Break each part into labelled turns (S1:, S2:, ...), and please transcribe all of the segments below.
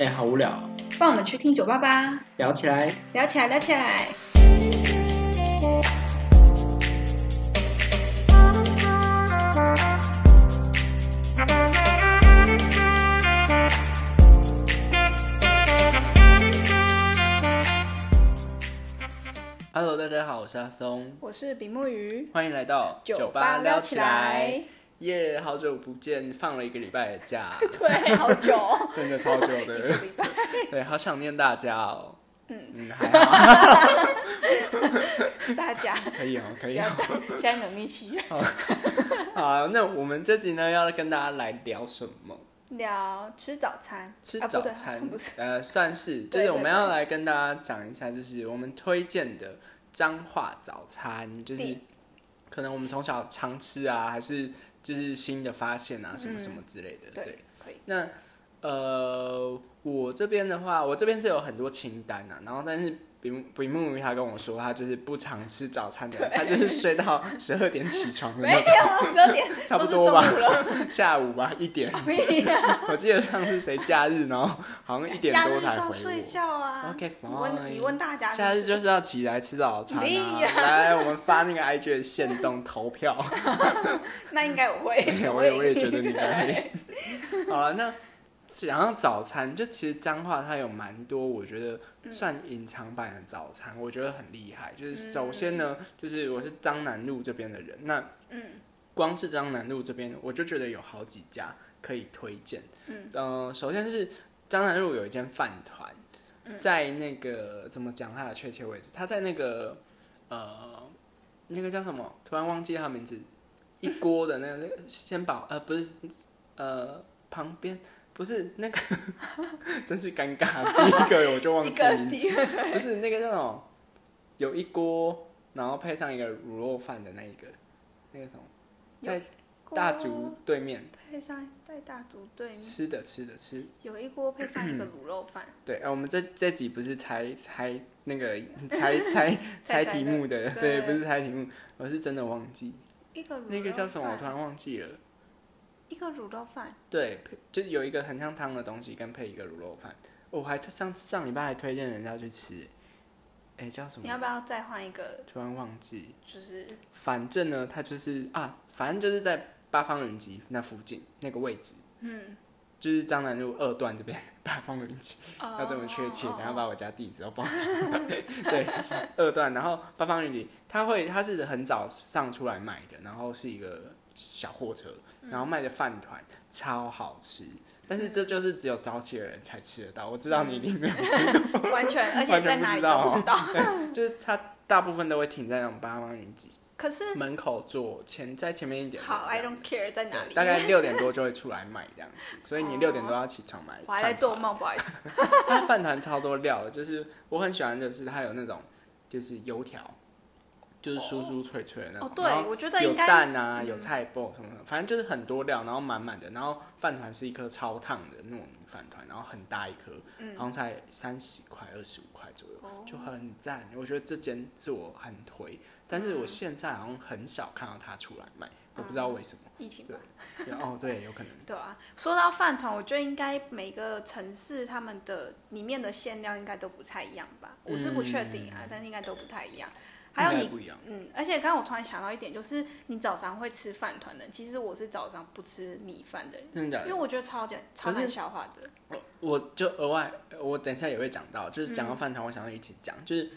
S1: 哎、好无聊哦，
S2: 帮我们去听九八八，
S1: 聊起来。
S2: 聊起来，聊起来。
S1: Hello，大家好，我是阿松，
S3: 我是比目鱼，
S1: 欢迎来到
S3: 酒吧撩起来。。
S1: 耶好久不见，放了一个礼拜的假，
S3: 对，好久哦，
S1: 真的超久的，
S3: 礼拜
S1: 对，好想念大家哦。嗯嗯，还 好，
S3: 大家
S1: 可以哦，可
S3: 不
S1: 以
S3: 要
S1: 哦。
S3: 再现在冷一起
S1: 好，那我们这集呢要跟大家来聊什么？
S3: 聊吃早餐，
S1: 吃
S3: 啊
S1: 早
S3: 不对好
S1: 餐，
S3: 像不是
S1: 呃，算 是，就
S3: 对
S1: 是
S3: 对
S1: 我们要
S3: 对
S1: 来跟大家讲一下，就是我们推荐的彰化早餐，就是
S3: 对
S1: 可能我们从小常吃啊，还是就是新的发现啊，什么什么之类的。
S3: 嗯对
S1: 对，
S3: 可以
S1: 那呃，我这边的话，我这边是有很多清单啊，然后但是。比目比目鱼他跟我说，他就是不常吃早餐的人，他就是睡到十二点起床 的
S3: 没
S1: 那种，
S3: 有啊十二点
S1: 差不
S3: 都是
S1: 多
S3: 中
S1: 吧
S3: 午 了，
S1: 下午吧一点。
S3: 屁呀
S1: 我记得上次谁假日，然后好像一点
S3: 假
S1: 多
S3: 日就
S1: 才回
S3: 是要
S1: 我。
S3: 睡觉啊。
S1: OK
S3: 你问你
S1: fine。
S3: 问大家，
S1: 假日就是要起来吃早餐啊！
S3: 哎呀
S1: 来，我们发那个 IG 的限动投票。，
S3: 那应该我会
S1: 我也我也
S3: 赢
S1: 觉得你该
S3: 对
S1: 好了，那讲到早餐，就其实彰化它有蛮多，我觉得
S3: 嗯
S1: 算隐藏版的早餐，我觉得很厉害。就是首先呢，就是我是彰南路这边的人，那
S3: 嗯
S1: 光是张南路这边，我就觉得有好几家可以推荐。
S3: 嗯
S1: 呃首先是张南路有一间饭团，
S3: 嗯
S1: 在那个怎么讲它的确切位置？它在那个呃，那个叫什么？突然忘记它名字。一锅的那个先宝呃不是呃旁边不是那个， 真是尴尬。第一个我就忘
S3: 一
S1: 记名
S3: 个
S1: 字
S3: 第一个
S1: 不是那个叫什么，有一锅，然后配上一个卤肉饭的那一个，那个什么，在大竹对面
S3: 配上在大竹对面
S1: 吃的吃的吃。
S3: 有一锅配上一个卤肉饭，
S1: 对，呃，我们这这集不是猜猜那个 猜猜猜
S3: 猜
S1: 题目的，
S3: 的
S1: 对，
S3: 对
S1: 不是猜题目，我是真的忘记
S3: 一个卤肉
S1: 那个叫什么，我突
S3: 饭
S1: 然忘记了。
S3: 一个卤肉饭，
S1: 对，配就是有一个很像汤的东西，跟配一个卤肉饭。我还上上礼拜还推荐人家去吃，哎，叫什
S3: 你要
S1: 么？
S3: 不要再换一个？
S1: 突然忘记。
S3: 就是
S1: 反正呢，它就是啊，反正就是在八方云集那附近那个位置，
S3: 嗯，
S1: 就是张南路二段这边 八方云集，要
S3: 要
S1: 这么确切，等下把我家地址都报出来。对，二段，然后八方云集，它会它是很早上出来卖的，然后是一个小货车，然后卖的饭团超好吃。但是这就是只有早起的人才吃得到，我知道你一定没有吃
S3: 完全，而且
S1: 完全
S3: 在
S1: 不
S3: 哪
S1: 知
S3: 里
S1: 道
S3: 都不
S1: 哦
S3: 知道。
S1: 过，就是它大部分都会停在那种八方云集
S3: 可是
S1: 门口坐前在前面一点的
S3: 嗯好
S1: 这
S3: ，I
S1: 样
S3: don't care 在哪里，
S1: 大概六点多就会出来卖这样子，所以你六点多要起 床买。
S3: 我还在做。梦，不好意思。
S1: 它饭团超多料的，就是我很喜欢的是它有那种就是油条，就是酥酥脆脆的那种。
S3: 哦，对
S1: 然，后
S3: 我觉得
S1: 有
S3: 应该嗯
S1: 蛋啊，有菜包什么的，反正就是很多料，然后满满的，然后饭团是一颗超烫的糯米饭团，然后很大一颗，
S3: 嗯
S1: 好像才三十块、二十五块左右，
S3: 哦
S1: 就很赞。我觉得这间是我很推，但是
S3: 嗯
S1: 我现在好像很少看到它出来卖，我不知道为什么。
S3: 疫情吧，
S1: 哦，对，有可能。
S3: 对啊。说到饭团，我觉得应该每个城市他们的里面的馅料应该都不太一样吧，我是不确定啊，但是应该都不太一样。还有
S1: 嗯应该
S3: 你
S1: 不一样，
S3: 嗯，而且刚刚我突然想到一点，就是你早上会吃饭团的，其实我是早上不吃米饭的人，
S1: 真的假
S3: 因
S1: 的？
S3: 为我觉得超简超
S1: 可是
S3: 难消化的。
S1: 我就额外，我等一下也会讲到，就是讲到饭堂，我想要一起讲，就是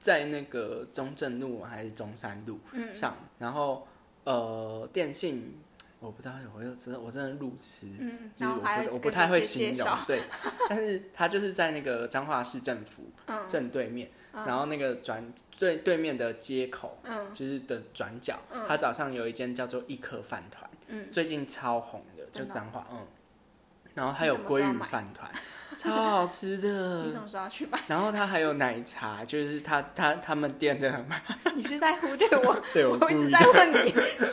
S1: 在那个中正路还是中山路上，然后呃，电信我不知道，我又知道我真的路痴，
S3: 嗯，
S1: 就
S3: 然
S1: 是
S3: 后
S1: 我
S3: 还
S1: 不
S3: 有
S1: 我不太会形
S3: 介
S1: 容
S3: 绍，，
S1: 对，但是它就是在那个彰化市政府
S3: 嗯
S1: 正对面，然后那个转最对面的街口，
S3: 嗯
S1: 就是的转角，它早上有一间叫做一颗饭团，
S3: 嗯
S1: 最近超红的，就
S3: 真的哦
S1: 彰化，嗯，然后还有
S3: 你什么
S1: 鲑
S3: 时候
S1: 鱼
S3: 买
S1: 饭团，超好吃
S3: 你什
S1: 的。
S3: 么时候要去买？
S1: 然后它还有奶茶，就是他他他们店的，
S3: 你是在忽略我
S1: 对我
S3: 我一
S1: 故
S3: 直
S1: 意
S3: 在问你，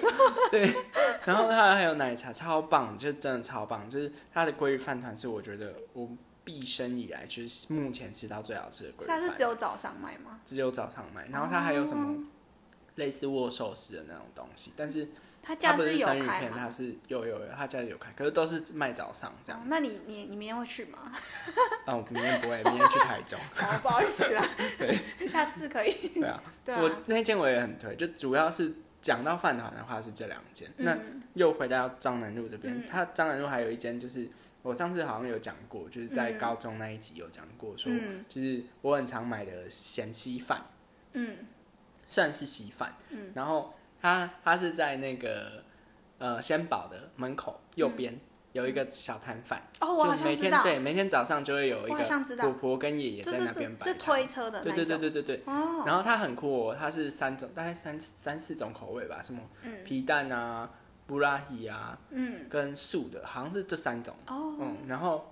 S1: 对，然后它还有奶茶，超棒，就是真的超棒，就是它的鲑鱼饭团是我觉得我毕生以来就是目前吃到最好吃的鲑鱼
S3: 它
S1: 饭
S3: 是，只有早上卖吗？
S1: 只有早上卖，然后它还有什么类似握寿司的那种东西，但是它
S3: 他假
S1: 不
S3: 日
S1: 是
S3: 有
S1: 生鱼
S3: 开
S1: 片，它
S3: 吗？
S1: 是有有有，它家里有开，可是都是卖早上这
S3: 哦
S1: 样。
S3: 那你你你明天会去吗？
S1: 啊，我明天不会，明天去台中。
S3: 哦，不好意思 啦，下次可以。
S1: 对啊，
S3: 对
S1: 我
S3: 啊，
S1: 那间我也很推，就主要是讲到饭团的话是这两间。那
S3: 嗯
S1: 又回到张南路这边
S3: 嗯，
S1: 它张南路还有一间，就是我上次好像有讲过，就是在高中那一集有讲过，说
S3: 嗯
S1: 就是我很常买的咸稀饭，
S3: 嗯
S1: 算是稀饭，
S3: 嗯
S1: 然后它它是在那个呃仙宝的门口右边。有一个小摊贩，
S3: 嗯哦，我好
S1: 就
S3: 像
S1: 每
S3: 知
S1: 天
S3: 道，
S1: 对每天早上就会有一
S3: 我好像
S1: 个
S3: 知道
S1: 婆婆跟爷爷
S3: 就
S1: 在
S3: 是
S1: 那边
S3: 是
S1: 摆
S3: 是
S1: 摊
S3: 推车呃的
S1: 对
S3: 那一
S1: 对对
S3: 种
S1: 对对对。
S3: 哦，
S1: 然后它很酷哦，它是三种，大概三三四种口味吧，什么
S3: 嗯
S1: 皮蛋啊、布拉提啊，
S3: 嗯
S1: 跟素的，好像是这三种。
S3: 哦
S1: 嗯，然后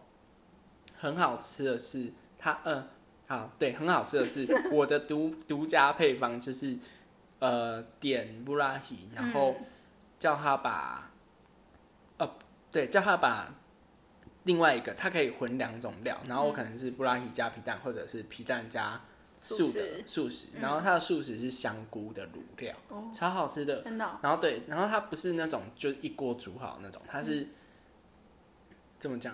S1: 很好吃的是它，嗯、好，对，很好吃的 是我的独独家配方就是，呃，点布拉提，然后
S3: 嗯
S1: 叫他把，呃，对，叫他把另外一个，它可以混两种料，然后我可能是布拉提加皮蛋，或者是皮蛋加
S3: 素
S1: 素
S3: 食嗯
S1: 的素食，然后它的素食是香菇的卤料，
S3: 哦
S1: 超好吃的。
S3: 真的哦
S1: 然后对，然后它不是那种就一锅煮好那种，它是、
S3: 嗯
S1: 怎么讲？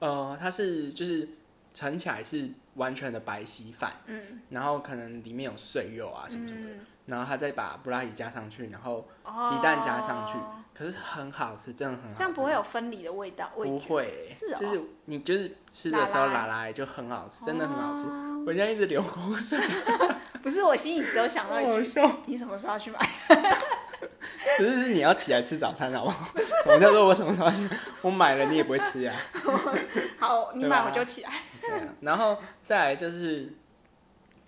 S1: 呃，它是就是盛起来是完全的白稀饭，
S3: 嗯
S1: 然后可能里面有碎肉啊什么什么的，
S3: 嗯
S1: 然后它再把布拉提加上去，然后
S3: 哦，
S1: 皮蛋加上去，可是很好吃，啊真的很好吃。
S3: 这样不会有分离的味道，味
S1: 不
S3: 觉
S1: 会、欸
S3: 是哦
S1: 就是你就是吃的时候
S3: 拉欸
S1: 拉拉就很好吃，真的很好吃。
S3: 哦
S1: 我现在一直流口水，
S3: 不是我心里只有想到
S1: 好好
S3: 一句，
S1: 笑。哦
S3: 你什么时候要去买？
S1: 可是是你要起来吃早餐，好不好？ 什么叫做我什么时候去？我买了你也不会吃啊。
S3: 好，你
S1: 对
S3: 买
S1: 吧
S3: 我就起来。
S1: 对啊然后再来就是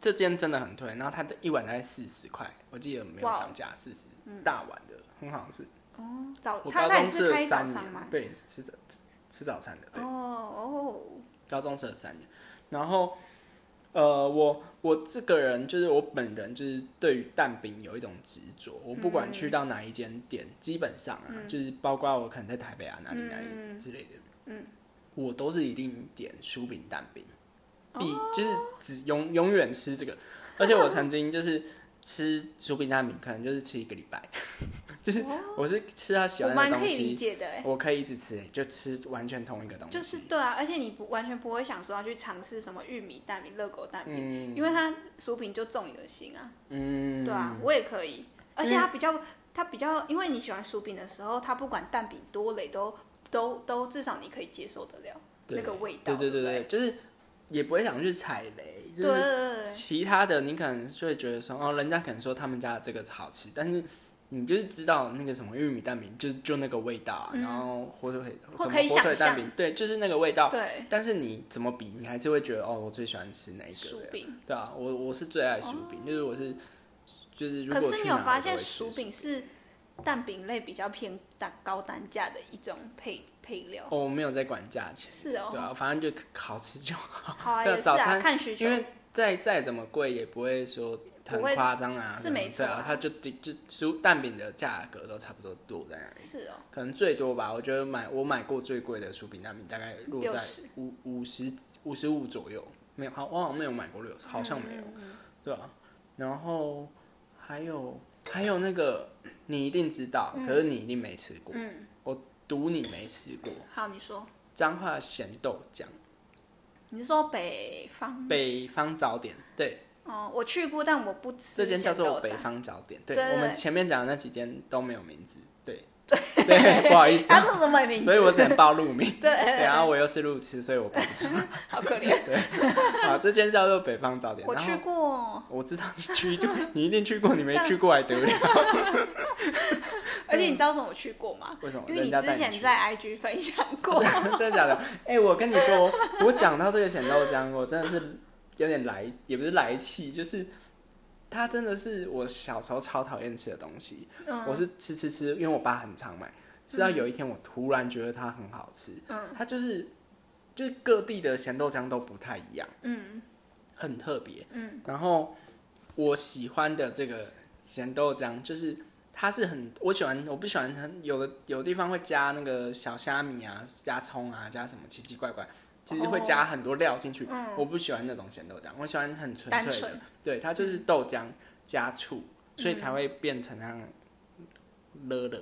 S1: 这间真的很推，然后它的一碗大概四十块，我记得没有
S3: 哇
S1: 涨价，四十大碗的，很好吃。
S3: 哦，早
S1: 我
S3: 他
S1: 高
S3: 他也
S1: 中
S3: 是
S1: 吃
S3: 开
S1: 了
S3: 早
S1: 三
S3: 上
S1: 年
S3: 吗，？
S1: 对，吃早吃吃早餐的，对
S3: 哦，哦，
S1: 高中吃了三年，然后。呃，我我这个人就是我本人就是对于蛋饼有一种执着，我不管
S3: 嗯
S1: 去到哪一间店，基本上啊，就是包括我可能在台北啊哪里哪里
S3: 嗯
S1: 之类的，
S3: 嗯，
S1: 我都是一定点酥饼蛋饼，
S3: 哦
S1: 必就是只永永远吃这个，而且我曾经就是吃酥饼蛋饼，可能就是吃一个礼拜， 就是我是吃他喜
S3: 哦我
S1: 欢
S3: 蛮
S1: 的
S3: 可
S1: 东
S3: 以理
S1: 西，
S3: 解的欸，
S1: 我可以一直吃，就吃完全同一个东西，
S3: 就是对啊，而且你不完全不会想说要去尝试什么玉米蛋饼、热狗蛋饼，
S1: 嗯
S3: 因为它薯饼就中你的心啊。
S1: 嗯，
S3: 对啊，我也可以，而且它比较，它比较，因为你喜欢薯饼的时候，它不管蛋饼多累都都都至少你可以接受得了
S1: 对
S3: 那个味道，
S1: 对
S3: 对
S1: 对
S3: 不
S1: 对，就是也不会想去踩雷，
S3: 对
S1: 就是
S3: 对对
S1: 其他的你可能就会觉得说，哦，人家可能说他们家的这个好吃，但是你就是知道那个什么玉米蛋饼，就就那个味道、啊，
S3: 嗯
S1: 然后火腿
S3: 或
S1: 什么
S3: 可以
S1: 火腿
S3: 想象
S1: 蛋饼，对，就是那个味道。
S3: 对
S1: 但是你怎么比，你还是会觉得哦，我最喜欢吃哪一
S3: 对，
S1: 个
S3: 薯
S1: 的？
S3: 饼。哦
S1: 对啊，我我是最爱薯饼，就是我是就是如
S3: 可
S1: 果
S3: 是
S1: 去
S3: 你
S1: 哪
S3: 有
S1: 我
S3: 发
S1: 都
S3: 现
S1: 会吃
S3: 薯饼是蛋饼类比较偏大高单价的一种配配料，
S1: 哦，我没有在管价钱，
S3: 是哦
S1: 对啊，反正就好吃就好，
S3: 好啊，
S1: 对啊
S3: 也是
S1: 早
S3: 啊，
S1: 餐
S3: 看需求
S1: 因。为再再怎么贵也不会说很
S3: 不会
S1: 夸张啊，
S3: 是
S1: 什么
S3: 没错
S1: 对
S3: 啊
S1: 啊，它就就就薯蛋饼的价格都差不多落在那里。
S3: 是哦，
S1: 可能最多吧，我觉得买我买过最贵的薯饼蛋饼大概落在
S3: 60
S1: 五五十五十五左右，没有，好，我好像没有买过六十，好像没有，
S3: 嗯
S1: 对吧、然后还有还有那个你一定知道，可是你一定没吃过，
S3: 嗯，
S1: 我赌你没吃过
S3: 好，你说，
S1: 彰化咸豆浆
S3: 你是说北方？
S1: 北方早点，对，
S3: 哦，我去过，但我不吃。
S1: 这间叫做北。方早点，对
S3: 对对
S1: 我们
S3: 对
S1: 前面讲的那几间都没有名字，对对 对，不好 意思
S3: 它
S1: 啊、
S3: 是什么名字？
S1: 所以我只能报路名。
S3: 对，
S1: 对，然后我又是路痴，所以我报不出。
S3: 好可怜。
S1: 好，这间叫做北方早点。
S3: 我
S1: 然后
S3: 去过，
S1: 我知道你去过，你一定去过，你没去过还得了？
S3: 而且你知道为什么我去过吗？
S1: 为什么？
S3: 因为
S1: 人
S3: 你
S1: 家带
S3: 之
S1: 你
S3: 前
S1: 去
S3: 在 IG 分享过，
S1: 真的假的？哎、我跟你说，我讲到这个咸豆浆，我真的是有点来，也不是来气，就是它真的是我小时候超讨厌吃的东西。
S3: 嗯
S1: 我是吃吃吃，因为我爸很常买，吃到有一天我突然觉得它很好吃。
S3: 嗯
S1: 它就是就是各地的咸豆浆都不太一样。
S3: 嗯，
S1: 很特别。
S3: 嗯，
S1: 然后我喜欢的这个咸豆浆，就是它是很我喜欢，我不喜欢很有的有地方会加那个小虾米啊，加葱啊，加什么奇奇怪怪，其实会加很多料进去。
S3: 哦嗯
S1: 我不喜欢那种咸豆浆，我喜欢很纯
S3: 单
S1: 粹的。
S3: 纯嗯
S1: 对，它就是豆浆加醋，所以才会变成那样了了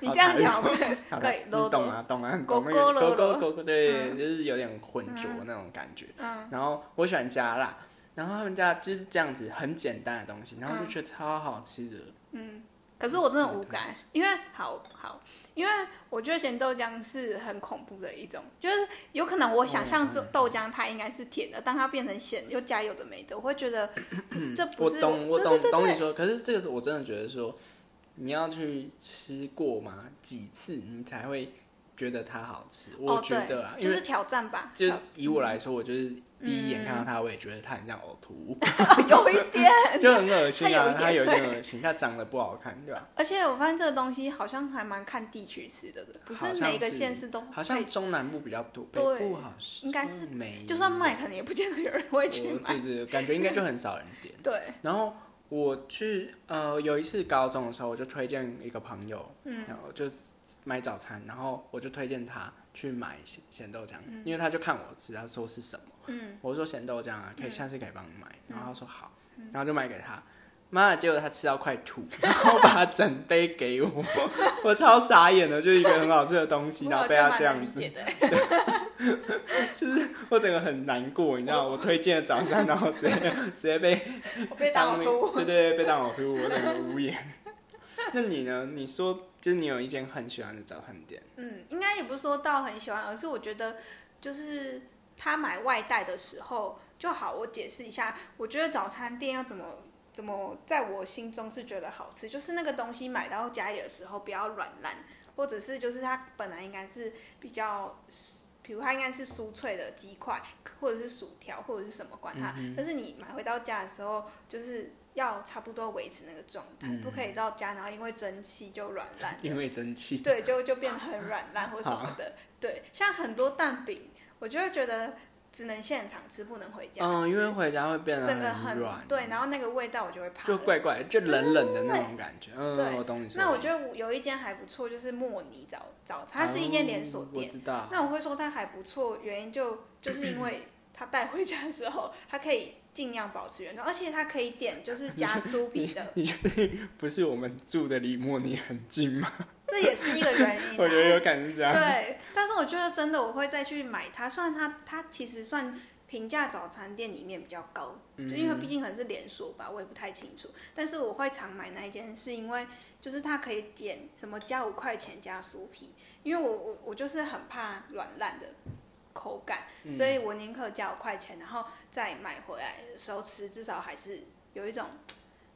S3: 你这样讲会
S1: 好的
S3: 可以
S1: 你
S3: low
S1: 懂
S3: 的，
S1: 啊，懂啊，
S3: 勾
S1: 懂那个
S3: 勾嗯
S1: 勾
S3: 勒
S1: 勾
S3: 勒
S1: 勾勾，对，就是有点浑浊那种感觉。
S3: 嗯
S1: 然后我喜欢加辣，然后他们家就是这样子很简单的东西，然后
S3: 嗯
S1: 就觉得超好吃的。
S3: 可是我真的无感，因为好好，因为我觉得咸豆浆是很恐怖的一种，就是有可能我想象中豆浆它应该是甜的，当它变成咸又加有的没的，我会觉得嗯 这不
S1: 我
S3: 是
S1: 懂，我
S3: 对
S1: 懂
S3: 对对
S1: 懂你
S3: 对
S1: 说，可是这个是我真的觉得说，你要去吃过嘛几次，你才会觉得它好吃。我
S3: 哦
S1: 觉
S3: 对，
S1: 得啊，因
S3: 就
S1: 为
S3: 是嗯挑战吧，
S1: 就
S3: 挑
S1: 以我来说，我就是第一眼看到它，我也觉得它很像呕吐 物，
S3: 有一点。
S1: 就很恶心啊，它
S3: 它
S1: 有一
S3: 有一点
S1: 点恶心，它长得不好看，对吧？
S3: 而且我发现这个东西好像还蛮看地区 吃的，不
S1: 好
S3: 是
S1: 像
S3: 每一个
S1: 是
S3: 县市都
S1: 好
S3: 可
S1: 像
S3: 以
S1: 中南部比较多，北
S3: 对
S1: 部好像
S3: 应该是
S1: 没有，
S3: 就算卖，可能也不见得有人会去
S1: 我对
S3: 买。
S1: 对对，感觉应该就很少人点。
S3: 对，
S1: 然后我去呃有一次高中的时候，我就推荐一个朋友，
S3: 嗯
S1: 然后就是买早餐，然后我就推荐他去买咸咸豆浆，因为他就看我吃，他说是什么，
S3: 嗯，
S1: 我说咸豆浆啊，可以下次可以帮你买，然后他说好，
S3: 嗯
S1: 然后就买给他。妈的！结果他吃到快吐，然后把整杯给我， 我超傻眼的，就一个很好吃的东西，然后
S3: 我
S1: 被
S3: 觉
S1: 他
S3: 得蛮
S1: 这样
S3: 能理
S1: 子
S3: 解，的。
S1: 我整个很难过，你知道吗，我推荐的早餐，然后直接 直接被
S3: 我被打
S1: 当
S3: 呕吐，
S1: 对对对，被当呕吐，我整个无言。 那你呢？你说就是你有一间很喜欢的早餐店，
S3: 嗯，应该也不是说到很喜欢，而是我觉得就是他买外带的时候就好。我解释一下，我觉得早餐店要怎么怎么，在我心中是觉得好吃，就是那个东西买到家里的时候不要软烂，或者是就是它本来应该是比较。比如它应该是酥脆的鸡块，或者是薯条，或者是什么，管它。但是你买回到家的时候，就是要差不多维持那个状态，不可以到家然后因为蒸汽就软烂了。
S1: 因为蒸汽，
S3: 对，就就变得很软烂或什么的。对，像很多蛋饼，我就会觉得只能现场吃，不能回家吃。
S1: 嗯，因为回家会变得
S3: 整个
S1: 很软，
S3: 对，然后那个味道我就会怕
S1: 就
S3: 了。
S1: 怪怪，就冷冷的那种感觉。嗯，
S3: 对
S1: 我懂你说的意思。
S3: 那我觉得有一间还不错，就是莫尼早早餐，它是一间连锁
S1: 哦我
S3: 店。
S1: 知道。，
S3: 那我会说它还不错，原因就就是因为它带回家的时候，它可以尽量保持原状，而且它可以点就是加酥皮的
S1: 你确定不是我们住的离莫尼很近吗？
S3: 这也是一个原因、啊。
S1: 我觉得有感觉是这样。
S3: 对，但是我觉得真的我会再去买它，虽然它它其实算平价早餐店里面比较高，就
S1: 嗯
S3: 因为毕竟可能是连锁吧，我也不太清楚。但是我会常买那一间，是因为就是它可以点什么加五块钱加酥皮，因为我我我就是很怕软烂的。口感，
S1: 嗯
S3: 所以我宁可加五块钱，然后再买回来的时候吃，至少还是有一种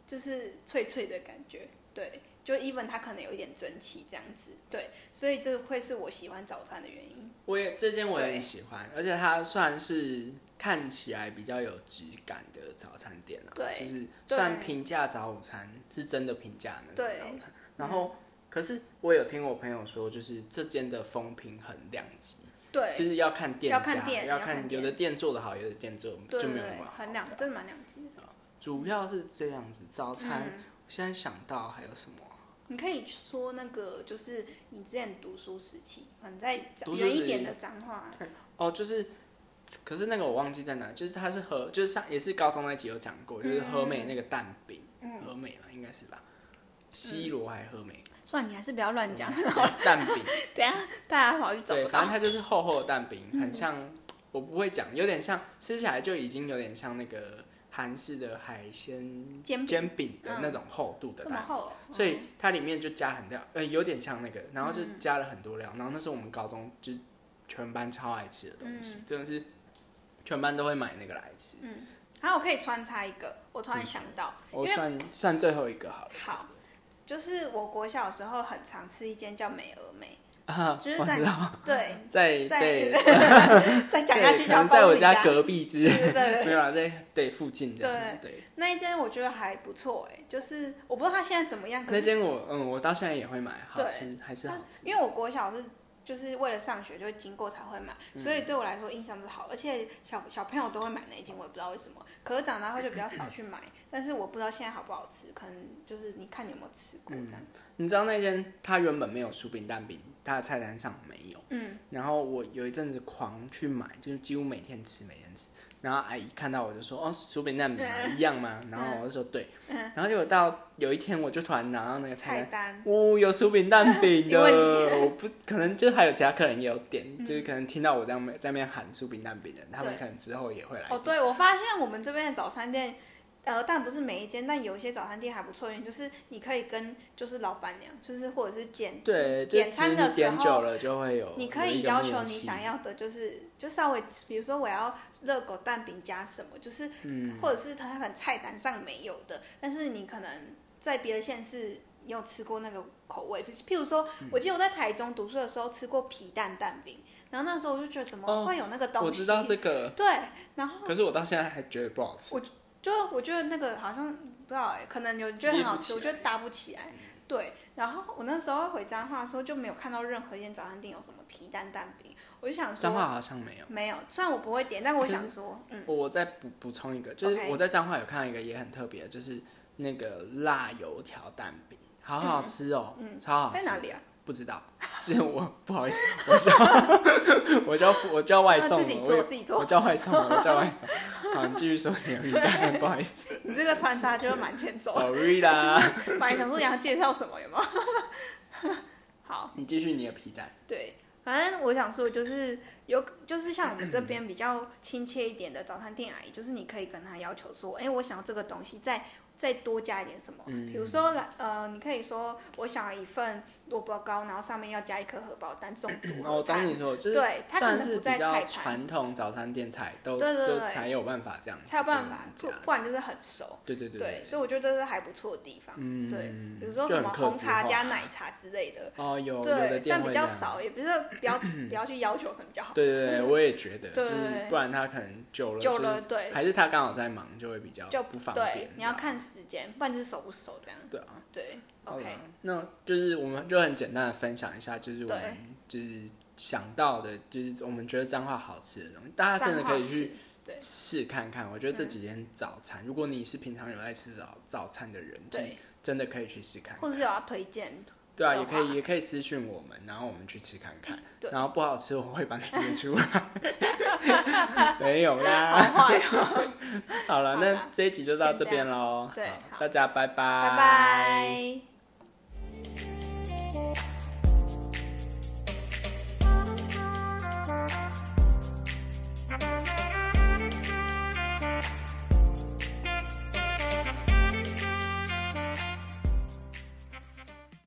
S3: 就是脆脆的感觉。对，就 even 它可能有一点蒸汽这样子。对，所以这会是我喜欢早餐的原因。
S1: 我也这间我也
S3: 对
S1: 很喜欢，而且它算是看起来比较有质感的早餐店啊，
S3: 对
S1: 就是
S3: 对
S1: 算平价早午餐，是真的平价那种
S3: 对
S1: 早餐。然后，可是我有听我朋友说，就是这间的风评很两极，就
S3: 对，
S1: 是要看店
S3: 要
S1: 家，
S3: 看店要看
S1: 有
S3: 店
S1: 的店做的好，有的店做
S3: 对
S1: 就
S3: 对
S1: 没有
S3: 对
S1: 那么，好。
S3: 很两，真的蛮两极的。
S1: 主要是这样子，早餐、
S3: 嗯，
S1: 现在想到还有什么啊？
S3: 你可以说那个就是你之前读书时期，可能在
S1: 读书
S3: 远
S1: 时
S3: 一点
S1: 期
S3: 的脏话，
S1: 哦，就是，可是那个我忘记在哪，就是它是和，就是上也是高中那集有讲过，就是和美那个蛋饼，
S3: 嗯
S1: 和美嘛应该是吧，西罗还和美、
S3: 算了你还是不要嗯乱讲，
S1: 蛋饼，
S3: 等一下大家跑去找
S1: 嗯对，
S3: 不
S1: 反
S3: 到嗯
S1: 正。它就是厚厚的蛋饼，很像，我不会讲，有点像，吃起来就已经有点像那个韩式的海鲜
S3: 煎饼嗯
S1: 煎饼的那种厚度的
S3: 这
S1: 蛋
S3: 么
S1: 饼。
S3: 厚哦、
S1: 所以它里面就加很料，呃，有点像那个，然后就
S3: 嗯
S1: 加了很多料，然后那是我们高中就是全班超爱吃的东
S3: 嗯
S1: 西，真的是全班都会买那个来吃。
S3: 还有我可以穿插一个，我突然想到，
S1: 嗯我
S3: 因为
S1: 算算最后一个好了，
S3: 好，就是我国小的时候很常吃一间叫美而美，
S1: 啊，
S3: 就是
S1: 我
S3: 在
S1: 知道，
S3: 对，
S1: 在
S3: 在
S1: 嗯对
S3: 再讲下
S1: 对，
S3: 去
S1: 可
S3: 就要
S1: 能在我
S3: 暴露
S1: 家
S3: 你
S1: 隔壁之类，
S3: 对对 对，
S1: 没有啊，在对附近的，对，
S3: 那一间我觉得还不错哎、就是我不知道它现在怎么样，可
S1: 那
S3: 是
S1: 间我嗯，我到现在也会买，好
S3: 对
S1: 吃还是好啊吃，
S3: 因为我国小是就是为了上学就会经过才会买，所
S1: 嗯
S3: 以对我来说印象是好，而且小小朋友都会买那一间，我也不知道为什么。可是长大后就比较少去买，但是我不知道现在好不好
S1: 嗯
S3: 吃，可能就是你看你有没有吃过这样子。
S1: 你知道那间它原本没有酥饼蛋饼它的菜单上没有。
S3: 嗯，
S1: 然后我有一阵子狂去买，就是几乎每天吃，每天吃。然后阿姨看到我就说：“哦，薯饼蛋饼啊
S3: 嗯
S1: 一样吗？”然后我就说：“对。”
S3: 嗯
S1: 然后结果到有一天，我就突然拿到那个菜
S3: 菜
S1: 单，
S3: 单，
S1: 哦，有薯饼蛋 饼
S3: 因
S1: 的，
S3: 为
S1: 我不可能就是还有其他客人也有点，
S3: 嗯
S1: 就是可能听到我在那在那边喊薯饼蛋饼的，他们
S3: 对
S1: 可能之后也会来
S3: 哦，对，我发现我们这边的早餐店，呃，但不是每一间，但有一些早餐店还不错，原因就是你可以跟就是老板娘，就是或者是简，
S1: 对，就
S3: 点
S1: 其实
S3: 餐的
S1: 你点
S3: 时候
S1: 久了就会有，
S3: 你可以
S1: 有一个
S3: 要
S1: 默
S3: 求你
S1: 契
S3: 想，要的，就是就稍微，比如说我要热狗蛋饼加什么，就是、
S1: 嗯，
S3: 或者是它可能菜单上没有的，但是你可能在别的县市。你有吃过那个口味？譬如说，
S1: 嗯
S3: 我记得我在台中读书的时候吃过皮蛋蛋饼，然后那时候我就觉得怎么
S1: 哦
S3: 会有那个东西？
S1: 我知道这个，
S3: 对，然后
S1: 可是我到现在还觉得不好吃
S3: 我。就我觉得那个好像不知道哎、可能有人觉得很好吃，
S1: 接
S3: 我
S1: 不起
S3: 觉
S1: 来嗯
S3: 得搭不起来。对，然后我那时候回彰化的时候就没有看到任何一间早餐店有什么皮蛋蛋饼，我就想
S1: 彰化
S3: 说
S1: 好像没有。
S3: 没有，虽然我不会点，但我
S1: 可是
S3: 想说，嗯，
S1: 我再补补充一个，就是
S3: OK
S1: 我在彰化有看到一个也很特别，就是那个辣油条蛋饼，好好吃哦，超好吃。
S3: 在哪里啊？
S1: 不知道， 这我不好意思，我叫我叫我叫外送
S3: 那
S1: 了，
S3: 啊自己
S1: 我
S3: 做
S1: 也
S3: 自己
S1: 我
S3: 做，
S1: 叫外送了，我叫外送。好，你继续说你的鱼蛋，不好意思
S3: 你这个穿插就会蛮 欠揍。
S1: ，sorry 啦。
S3: 本来想说你要介绍什么，有没有？ 好，
S1: 你继续你的皮蛋，
S3: 对，反正我想说就是有，就是像我们这边比较亲切一点的早餐店阿姨，就是你可以跟她要求说，哎、我想要这个东西再再多加一点什么，比
S1: 嗯
S3: 如说来呃，你可以说我想要一份萝卜糕，然后上面要加一颗荷包蛋，这种组
S1: 哦，
S3: 合
S1: 我懂
S3: 餐。
S1: 你说，就是
S3: 对，它可
S1: 算
S3: 能
S1: 是
S3: 不
S1: 比
S3: 在
S1: 较
S3: 菜单，
S1: 传统早餐店才都
S3: 对对
S1: 就
S3: 对
S1: 才有办法这样子给
S3: 才有
S1: 我们
S3: 办
S1: 嗯加，
S3: 法，不不然就是很熟。
S1: 对对对
S3: 对，所以我觉得这是还不错的地方。
S1: 嗯
S3: 对，比如说
S1: 就
S3: 什
S1: 很
S3: 么
S1: 克
S3: 红
S1: 制
S3: 茶
S1: 化
S3: 加奶茶之类的，
S1: 哦，有有的
S3: 对，
S1: 店
S3: 但
S1: 会这
S3: 比较
S1: 样
S3: 少，也不是不要不要去要求，可能比较好。
S1: 对对对，我也觉得，
S3: 对
S1: 就是不然他可能久了
S3: 久
S1: 就
S3: 了，
S1: 是
S3: 对，
S1: 还是他刚好在忙，就会比较
S3: 就
S1: 不方便
S3: 对。，你要
S1: 这样
S3: 看时间，不然就是熟不熟这样。
S1: 对啊。
S3: 对
S1: 好啦
S3: ，OK，
S1: 那就是我们就很简单的分享一下，就是我们
S3: 对
S1: 就是想到的，就是我们觉得脏话好吃的东西，大家真的可以去
S3: 对嗯
S1: 试看看。我觉得这几天早餐，如果你是平常有爱吃早早餐的人，
S3: 对，
S1: 真的可以去试看
S3: 或者是有要推荐，
S1: 对啊，
S3: 的
S1: 也可以
S3: 话
S1: 也可以私讯我们，然后我们去吃看看。
S3: 对
S1: 然后不好吃我会把你约出来。 没有
S3: 好
S1: 啦，
S3: 坏哦，
S1: 好了，
S3: 好
S1: 那
S3: 啦
S1: 这一集就到这边喽。
S3: 先这样对
S1: 好
S3: 好
S1: 大家拜拜，
S3: 拜拜。